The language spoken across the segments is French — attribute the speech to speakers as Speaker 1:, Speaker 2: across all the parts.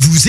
Speaker 1: Vous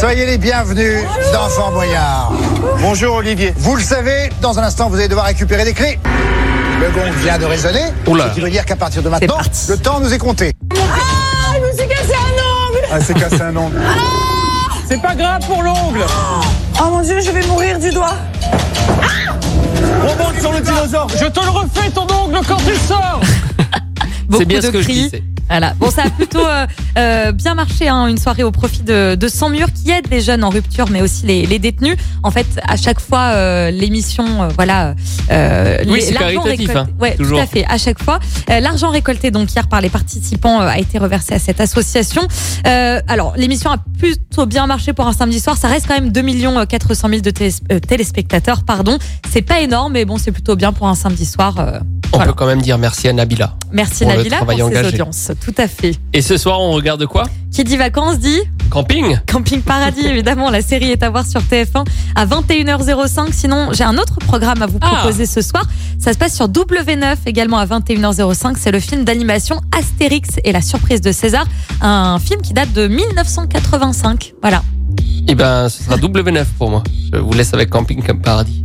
Speaker 2: Soyez les bienvenus dans Fort Boyard. Bonjour Olivier. Vous le savez, dans un instant, vous allez devoir récupérer les clés. Le gong vient de résonner,
Speaker 3: Oula.
Speaker 2: ce qui veut dire qu'à partir de maintenant,
Speaker 4: parti.
Speaker 2: le temps nous est compté. Ah, je me suis cassé un ongle Ah,
Speaker 5: C'est pas grave pour l'ongle
Speaker 6: Oh mon dieu, je vais mourir du doigt.
Speaker 2: c'est cassé un ongle Remonte sur le dinosaure
Speaker 5: Ah Je te le refais ton ongle quand tu sors
Speaker 3: C'est
Speaker 4: Beaucoup
Speaker 3: bien
Speaker 4: de
Speaker 3: ce que je
Speaker 4: cris.
Speaker 3: disais.
Speaker 4: Voilà. Bon, ça a plutôt euh, euh, bien marché, hein, une soirée au profit de, de Sans Mur qui aide les jeunes en rupture, mais aussi les, les détenus. En fait, à chaque fois, euh, l'émission, euh, voilà, euh,
Speaker 3: Oui,
Speaker 4: les-
Speaker 3: c'est
Speaker 4: l'argent
Speaker 3: caritatif,
Speaker 4: récolté-
Speaker 3: hein,
Speaker 4: ouais,
Speaker 3: toujours.
Speaker 4: tout à fait. À chaque fois, Euh, l'argent récolté donc hier par les participants euh, a été reversé à cette association. Euh, alors, l'émission a plutôt bien marché pour un samedi soir. Ça reste quand même 2 millions 400 000 de télés- euh, téléspectateurs, pardon. C'est pas énorme, mais bon, c'est plutôt bien pour un samedi soir. euh.
Speaker 3: On
Speaker 4: Voilà.
Speaker 3: peut quand même dire merci à Nabila.
Speaker 4: Merci
Speaker 3: Pour le
Speaker 4: Nabila pour
Speaker 3: travail
Speaker 4: ces
Speaker 3: engagé.
Speaker 4: audiences. Tout à fait.
Speaker 3: Et ce soir, on regarde quoi
Speaker 4: Qui dit vacances dit
Speaker 3: Camping
Speaker 4: Camping Paradis, évidemment, la série est à voir sur TF1 à 21h05. Sinon, j'ai un autre programme à vous
Speaker 3: Ah.
Speaker 4: proposer ce soir. Ça se passe sur W9, également à 21h05. C'est le film d'animation Astérix et la surprise de César, un film qui date de 1985. Voilà.
Speaker 3: Eh ben, ce sera W9 pour moi. Je vous laisse avec Camping comme paradis.